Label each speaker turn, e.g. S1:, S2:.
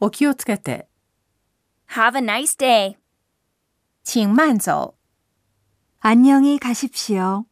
S1: お気をつけて。
S2: Have a nice day.
S1: 请慢走。
S3: 안녕히 가십시오.